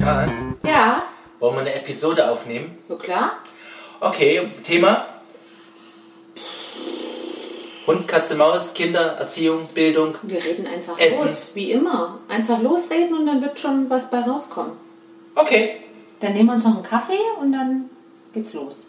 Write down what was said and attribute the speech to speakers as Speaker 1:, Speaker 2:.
Speaker 1: Hans,
Speaker 2: Ja,
Speaker 1: wollen wir eine Episode aufnehmen?
Speaker 2: so klar.
Speaker 1: Okay, Thema? Hund, Katze, Maus, Kinder, Erziehung, Bildung.
Speaker 2: Wir reden einfach
Speaker 1: Essen.
Speaker 2: los, wie immer. Einfach losreden und dann wird schon was bei rauskommen.
Speaker 1: Okay.
Speaker 2: Dann nehmen wir uns noch einen Kaffee und dann geht's los.